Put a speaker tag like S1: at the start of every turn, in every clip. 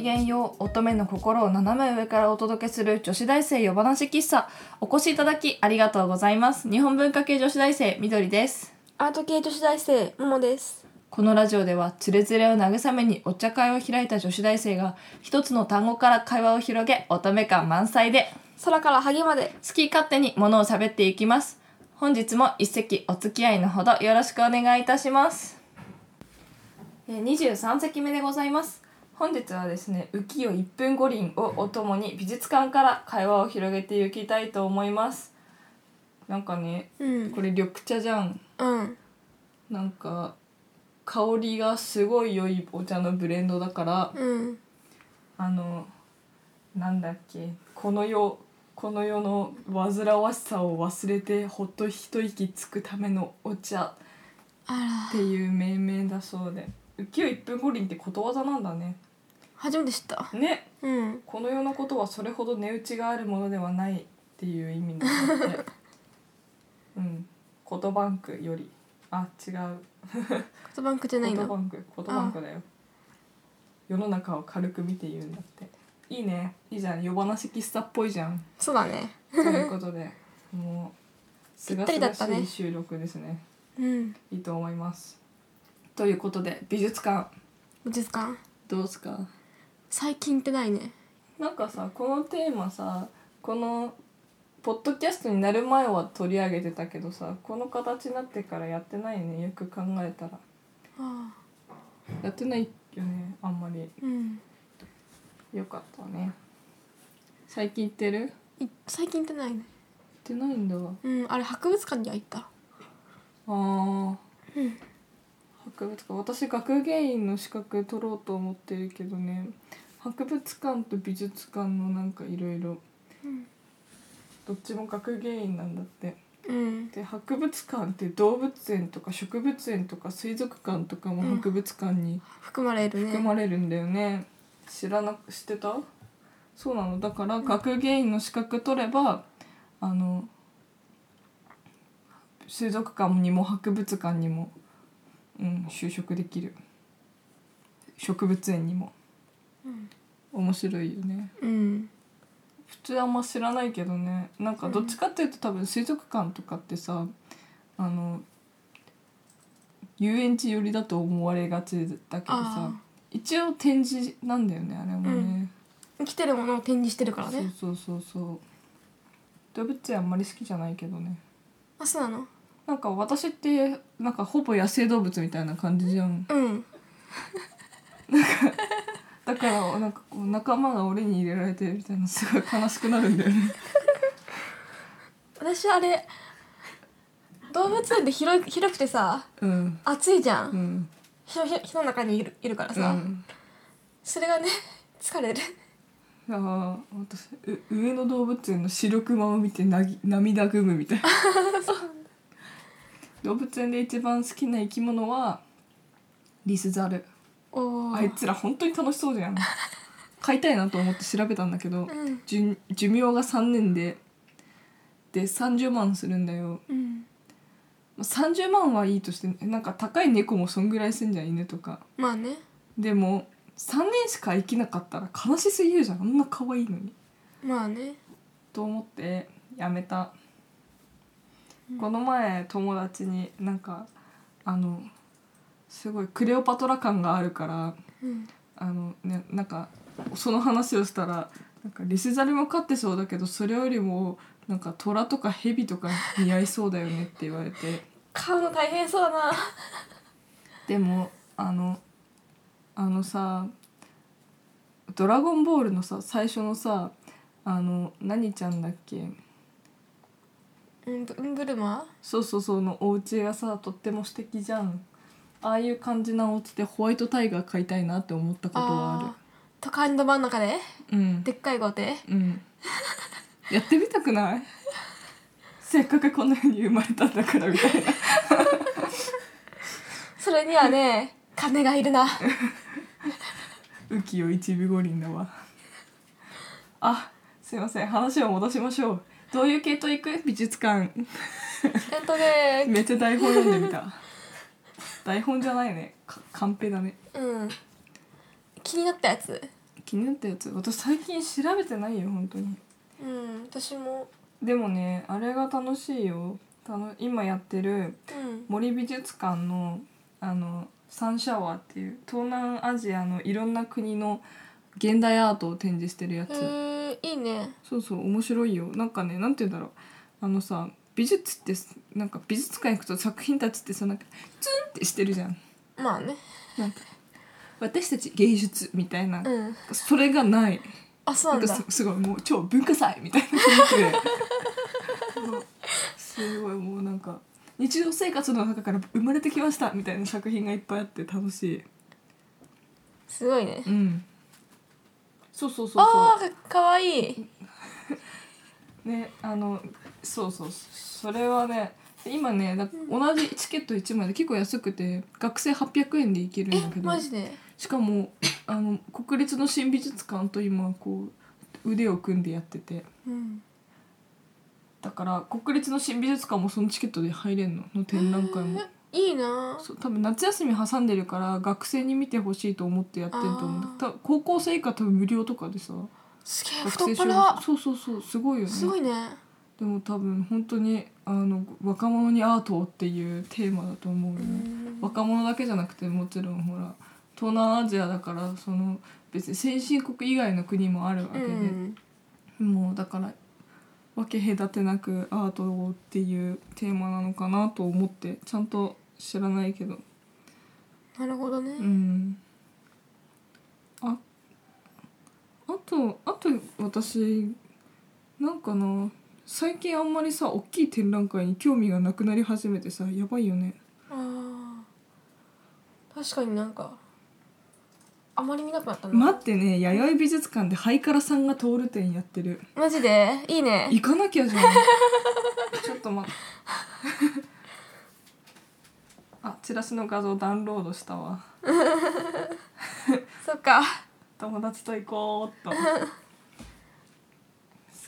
S1: げんよう乙女の心を斜め上からお届けする女子大生夜話喫茶お越しいただきありがとうございます日本文化系女子大生みどりです
S2: アート系女子大生ももです
S1: このラジオではつれづれを慰めにお茶会を開いた女子大生が一つの単語から会話を広げ乙女感満載で
S2: 空からハゲまで
S1: 好き勝手にものを喋っていきます本日も一席お付き合いのほどよろしくお願いいたしますえー23席目でございます本日はですね浮世一分五輪をお供に美術館から会話を広げていきたいと思いますなんかね
S2: うん
S1: これ緑茶じゃん
S2: うん
S1: なんか香りがすごい良いお茶のブレンドだから
S2: うん
S1: あのなんだっけこの世この世の煩わしさを忘れてほっと一息つくためのお茶
S2: あ
S1: っていう命名だそうで浮世一分五輪ってことわざなんだね
S2: ら初めて知った
S1: ね
S2: うん
S1: この世のことはそれほど値打ちがあるものではないっていう意味なんだって うん言バンクよりあ違う
S2: カトバンクじゃない
S1: 言
S2: の
S1: バンク言バンクだよ世の中を軽く見て言うんだっていいねいいじゃん夜話喫茶っぽいじゃん
S2: そうだね
S1: ということ でもうすが
S2: ぴ
S1: す
S2: ったりだ
S1: が
S2: っ
S1: した
S2: ね
S1: い収録ですね
S2: うん
S1: いいと思いますということで美術館
S2: 美術館
S1: どうですか
S2: 最近行ってないね
S1: なんかさこのテーマさこのポッドキャストになる前は取り上げてたけどさこの形になってからやってないねよく考えたら
S2: あ
S1: やってないよねあんまり
S2: あうん
S1: よかったね最近行ってる行っ
S2: い最近行ってないね
S1: てないんだ
S2: うんあれ博物館には行った
S1: あー
S2: うん
S1: 博物館私学芸員の資格取ろうと思ってるけどね博物館と美術館のなんかいろいろ
S2: うん
S1: どっちも学芸員なんだって
S2: うん
S1: で博物館って動物園とか植物園とか水族館とかも
S2: うん
S1: 博物館に
S2: 含まれるね
S1: 含まれるんだよね、知らなく知ってたそうなのだから学芸員の資格取ればあの水族館にも博物館にも、うん、就職できる植物園にも
S2: うん
S1: 面白いよね
S2: うん
S1: 普通あんま知らないけどねなんかどっちかっていうと多分水族館とかってさあの遊園地寄りだと思われがちだけどさ
S2: あ
S1: 一応展示なんだよねあれもね、
S2: 生きてるものを展示してるからね
S1: そうそうそうそう動物園あんまり好きじゃないけどね
S2: あそうなの
S1: なんか私ってなんかほぼ野生動物みたいな感じじゃん
S2: うん
S1: だからなんかこう仲間が俺に入れられてるみたいなすごい悲しくなるんだよね
S2: 私あれ動物園で広い広くてさ
S1: うん
S2: 暑いじゃん、
S1: うん
S2: ひのひ火の中にいるいるからさ、
S1: うん
S2: それがね 疲れる
S1: いやー私う上野動物園の白熊を見てなぎ涙ぐむみたいな動物園で一番好きな生き物はリスザル
S2: おお
S1: あいつら本当に楽しそうじゃん飼いたいなと思って調べたんだけど、
S2: うん
S1: じゅ寿命が3年でで30万するんだよ
S2: うん
S1: まあ30万はいいとしてなんか高い猫もそんぐらいすんじゃん犬とか
S2: まあね
S1: でも3年しか生きなかったら悲しすぎるじゃんあんな可愛いのに
S2: まあね
S1: と思ってやめた、
S2: うん
S1: この前友達になんかあのすごいクレオパトラ感があるから
S2: うん
S1: あの、ね、なんかその話をしたらなんかリスザルも飼ってそうだけどそれよりもなんか虎とか蛇とか似合いそうだよねって言われ て
S2: 買うの大変そうだな
S1: でもあのあのさ「ドラゴンボール」のさ最初のさあの何ちゃんだっけ
S2: うんブンブルマ
S1: そうそうそうのお家がさとっても素敵じゃんああいう感じなお家でホワイトタイガー飼いたいなって思ったことはあ
S2: あー都会の真ん中で
S1: るうん
S2: でっかい豪邸
S1: うんやってみたくない せっかくこの世に生まれたんだからみたいな
S2: それには ね金がいるな
S1: 浮世一部五輪だわあすいません話を戻しましょうどういう系統行く美術館
S2: えっとね
S1: めっちゃ台本読んでみた台本じゃないねかカンペだね
S2: うん気になったやつ
S1: 気になったやつ私最近調べてないよ本当に
S2: うん私も
S1: でもねあれが楽しいよたの今やってる
S2: うん
S1: 森美術館のあのサンシャワーっていう東南アジアのいろんな国の現代アートを展示してるやつ、
S2: えー、いいね
S1: そうそう面白いよなんかねなんて言うんだろうあのさ美術ってすなんか美術館行くと作品たちってさなんかツンってしてるじゃん
S2: まあね
S1: なんか私たち芸術みたいな、
S2: うん
S1: それがない
S2: あそ
S1: な
S2: うなんん
S1: か
S2: だ
S1: すすごいもう超文化祭みたいな感じでもうすごいもうなんか日常生活の中から生まれてきましたみたいな作品がいっぱいあって楽しい
S2: すごいね
S1: うんそうそうそう
S2: あ
S1: そ
S2: ーかかわいいう
S1: ねあのそうそうそれはね今ねだ同じチケット1枚で結構安くて学生800円で行けるんだけ
S2: え
S1: ど
S2: マジで
S1: しかもあの国立の新美術館と今こう腕を組んでやってて
S2: うん
S1: だから国立の新美術館もそのチケットで入れんのの展覧会も、
S2: えーいいな
S1: そう多分夏休み挟んでるから学生に見てほしいと思ってやってると思うんだ
S2: あー
S1: 多分高校生以下多分無料とかでさ
S2: すげえ
S1: 学
S2: 太っ
S1: 生証
S2: 腹
S1: そうそうそうすごいよね
S2: すごいね
S1: でも多分本当にあの若者にアートをっていうテーマだと思うよ、
S2: う
S1: ね
S2: ん
S1: 若者だけじゃなくてもちろんほら東南アジアだからその別に先進国以外の国もあるわ
S2: う
S1: けで、
S2: ん
S1: もうだから分け隔てなくアートをっていうテーマなのかなと思ってちゃんと知らないけど
S2: なるほどね
S1: うんああとあと私なんかな最近あんまりさ大きい展覧会に興味がなくなり始めてさやばいよね
S2: あー確かになんかあまり見なくなったな、
S1: 待ってね弥生美術館でハイカラさんが通る展やってる
S2: マジでいいね
S1: 行かなき ゃじゃんちょっと待って あチラシの画像ダウンロードしたわ
S2: そっか
S1: 友達と行こうっと好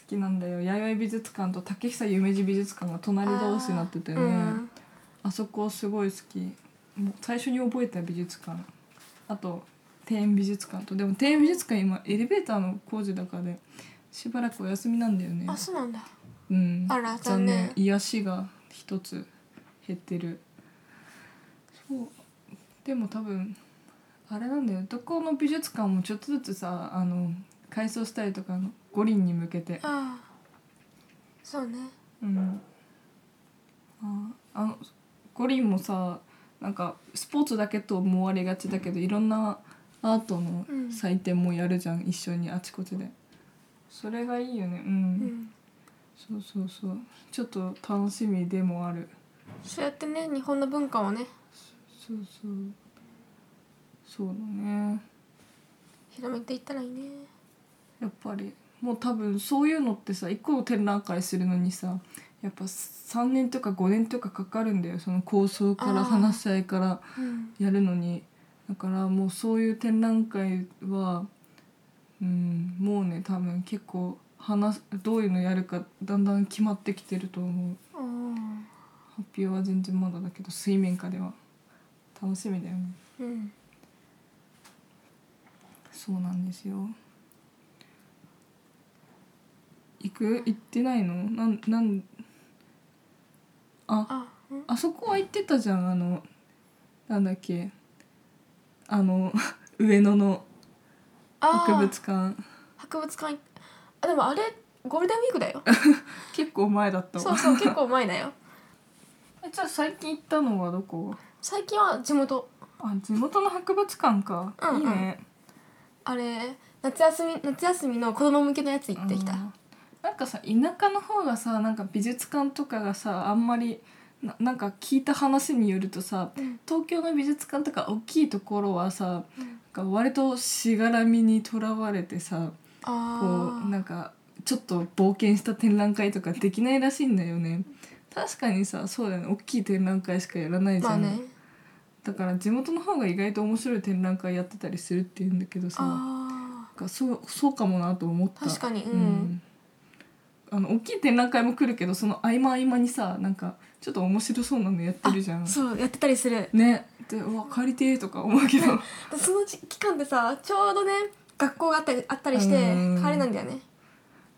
S1: きなんだよ弥生美術館と竹久夢二美術館が隣同士になっててねあ,、
S2: うん
S1: そこすごい好きもう最初に覚えた美術館あと庭園美術館とでも庭園美術館今エレベーターの工事だからでしばらくお休みなんだよね
S2: あそうなんだ
S1: うん、
S2: あら残念
S1: 癒しが一つ減ってるそうでも多分あれなんだよどこの美術館もちょっとずつさあの改装したりとかあの五輪に向けて
S2: ああそうね
S1: うんああの五輪もさなんかスポーツだけと思われがちだけどいろんなアートの
S2: うん
S1: 祭典もやるじゃん、一緒にあちこちでそれがいいよね
S2: う
S1: うん、
S2: ん
S1: そうそうそうちょっと楽しみでもある
S2: そうやってね日本の文化をね
S1: そうそうそうだね
S2: 広めていったらいいね
S1: やっぱりもう多分そういうのってさ一個の展覧会するのにさやっぱ3年とか5年とかかかるんだよその構想から
S2: あー
S1: 話し合いから
S2: うん
S1: やるのにだからもうそういう展覧会はうんもうね多分結構話すどういうのやるかだんだん決まってきてると思う
S2: おー
S1: 発表は全然まだだけど水面下では楽しみだよね
S2: うん
S1: そうなんですよ。行く行ってないの？なんなんあ
S2: あうん
S1: あそこは行ってたじゃんあのなんだっけあの 上野の
S2: あー
S1: 博物館
S2: 博物館いあでもあれゴールデンウィークだよ
S1: 結構前だった
S2: そ
S1: わ
S2: う。そう結構前だよ
S1: えじゃあ最近行ったのはどこ？
S2: 最近は地元
S1: あ地元の博物館か。
S2: うんうん
S1: いいね。
S2: あれ夏休み夏休みの子供向けのやつ行ってきた
S1: うんなんかさ田舎の方がさなんか美術館とかがさあんまりななんか聞いた話によるとさ、
S2: うん
S1: 東京の美術館とか大きいところはさ、
S2: うん
S1: なんか割としがらみにとらわれてさこ
S2: あ
S1: う
S2: あ
S1: なんかちょっと冒険した展覧会とかできないらしいんだよね。確かにさそうだよね大きい展覧会しかやらないじ
S2: ま
S1: ゃ
S2: あ
S1: ん、
S2: ね
S1: だから地元の方が意外と面白い展覧会やってたりするっていうんだけどさ
S2: あ
S1: なんかそうそうかもなと思った
S2: 確かにうん
S1: あの大きい展覧会も来るけどその合間合間にさなんかちょっと面白そうなのやってるじゃん
S2: あそうやってたりする
S1: ねでうわ帰りてーとか思うけど
S2: でそのじ期間でさちょうどね学校があったりあったりして
S1: うん
S2: 変われないんだよね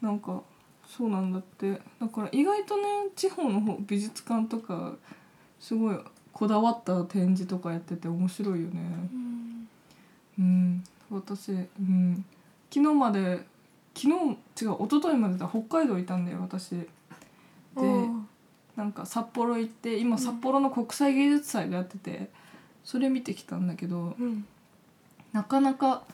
S1: なんかそうなんだってだから意外とね地方の方美術館とかすごいこだわった展示とかやってて面白いよね。
S2: うん
S1: うん、私、うん、昨日まで昨日違う一昨日までだ北海道いたんだよ私
S2: おー
S1: なんか札幌行って今札幌の国際芸術祭がやってて、それ見てきたんだけど
S2: うん
S1: なかなか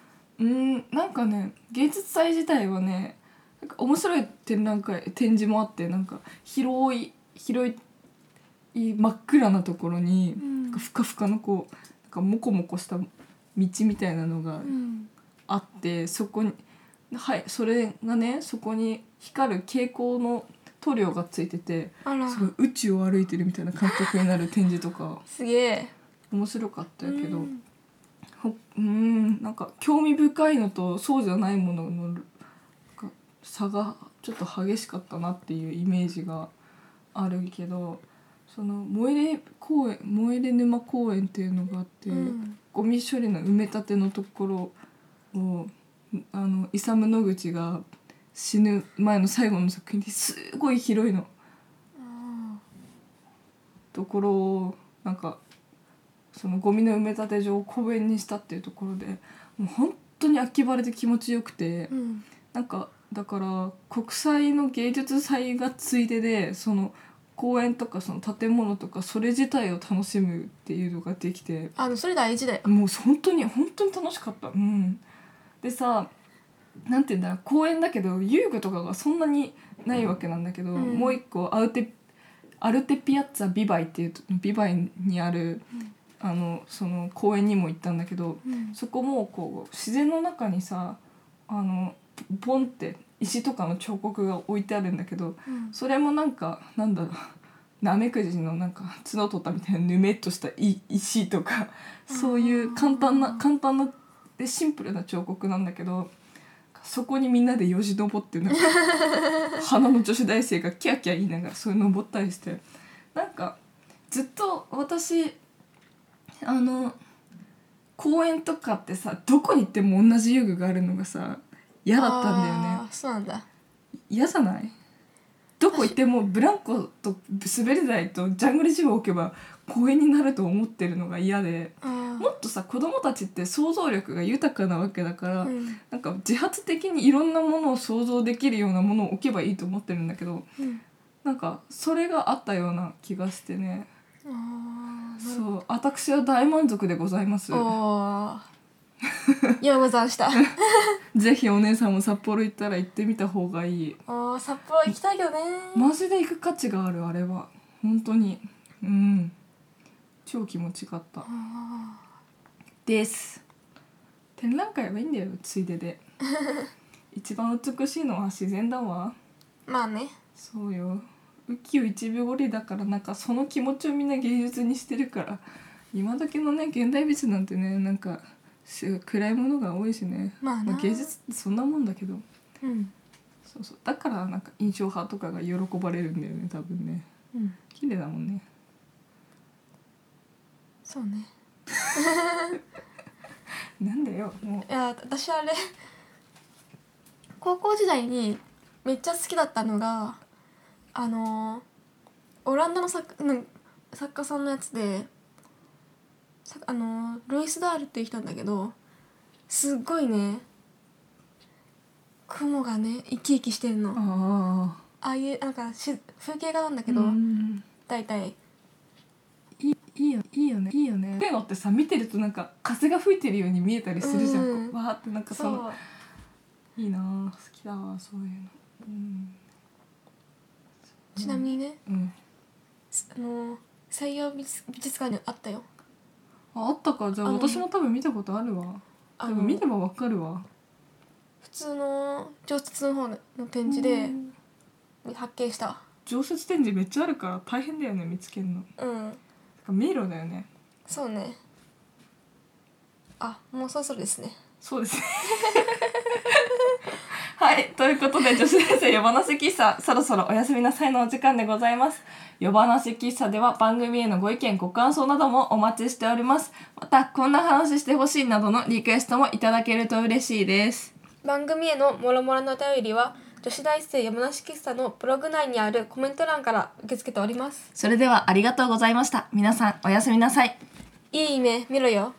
S1: うんなんかね芸術祭自体はねなんか面白い展覧会展示もあってなんか広い広い真っ暗なところに、
S2: うん
S1: なんかふかふかのこうなんかモコモコした道みたいなのが
S2: うん
S1: あってそこにはいそれがねそこに光る蛍光の塗料がついてて
S2: あら
S1: すごい宇宙を歩いてるみたいな感覚になる展示とか
S2: すげえ
S1: 面白かったけど
S2: うん
S1: ほうんなんか興味深いのとそうじゃないもののなんか差がちょっと激しかったなっていうイメージがあるけどその萌えれ公園萌えれ沼公園っていうのがあって。
S2: うん
S1: ゴミ処理の埋め立てのところをあのイサム・ノグチが死ぬ前の最後の作品ですごい広いの
S2: あ
S1: ところをなんかそのゴミの埋め立て場を公園にしたっていうところでもう本当に秋晴れで気持ちよくて
S2: ーうん
S1: なんかだから国際の芸術祭がついででその公園とかその建物とかそれ自体を楽しむっていうのができて
S2: あのそれ大事だよ
S1: もう本当に本当に楽しかったうんでさなんて言うんだろう公園だけど遊具とかがそんなにないわけなんだけど、
S2: うん
S1: もう一個アウテアルテピアッツァビバイっていうとビバイにある、
S2: うん
S1: あのその公園にも行ったんだけど
S2: うん
S1: そこもこう自然の中にさあのポンって石とかの彫刻が置いてあるんだけど
S2: うん
S1: それもなんかなんだろう ナメクジのなんか角取ったみたいなぬめっとしたい石とかそういう簡単
S2: あ
S1: な
S2: ー
S1: 簡単なでシンプルな彫刻なんだけどそこにみんなでよじ登って なんか花の女子大生がキャーキャー言いながらそれ登ったりしてなんかずっと私あの公園とかってさどこに行っても同じ遊具があるのがさ嫌だったんだよね。
S2: あーそうなんだ
S1: 嫌じゃないどこ行ってもブランコと滑り台とジャングルジムを置けば公園になると思ってるのが嫌で
S2: あー
S1: もっとさ子供たちって想像力が豊かなわけだから、
S2: うん
S1: なんか自発的にいろんなものを想像できるようなものを置けばいいと思ってるんだけど
S2: うん
S1: なんかそれがあったような気がしてね
S2: あーなるほど
S1: そう私は大満足でございます
S2: おーようござんした
S1: ぜひお姉さんも札幌行ったら行ってみた方がいい
S2: おー札幌行きたいよね
S1: マジで行く価値があるあれは本当にうん超気持ちよかった
S2: あ
S1: です展覧会はいいんだよついで で一番美しいのは自然だわ
S2: ーまあね
S1: そうよ浮世一秒ごりだからなんかその気持ちをみんな芸術にしてるから今時のね現代美術なんてねなんかすごい暗いものが多いしね、
S2: まあな
S1: まあ芸術ってそんなもんだけど
S2: うん
S1: そうそうだからなんか印象派とかが喜ばれるんだよね多分ね
S2: うん
S1: 綺麗だもんね
S2: そうね
S1: なんだよも
S2: いや私あれ高校時代にめっちゃ好きだったのがあのーオランダの作なん作家さんのやつでさあのーロイス・ダールっていう人なんだけどすっごいね雲がね生き生きしてる
S1: う
S2: のあ
S1: ああ
S2: あいうなんかし風景画なんだけ
S1: け
S2: ど、
S1: ど
S2: 大体
S1: いいいいよいいよねいいよねっていうのってさ見てるとなんか風が吹いてるように見えたりするじゃん、
S2: うん
S1: こうわーってなんかそ
S2: そう
S1: のいいなー好きだわそういうのうん
S2: ちなみにね
S1: うん
S2: すあのー西洋美術美術館にあったよ
S1: ああったかじゃあ
S2: あの
S1: 私も多分見たことあるわ多
S2: あの
S1: 分見ればわかるわ
S2: 普通の常設の方の展示で
S1: うん
S2: 発見した
S1: 常設展示めっちゃあるから大変だよね見つけるの
S2: うん、
S1: てか迷路だよね
S2: そうねあもうそろそろですね
S1: そうですね はい、ということで女子大生夜話喫茶そろそろおやすみなさいのお時間でございます。夜話喫茶では番組へのご意見ご感想などもお待ちしております。またこんな話してほしいなどのリクエストもいただけると嬉しいです。
S2: 番組へのもろもろのお便りは女子大生山梨喫茶のブログ内にあるコメント欄から受け付けております
S1: それではありがとうございました。皆さんおやすみなさい。
S2: いい夢見ろよ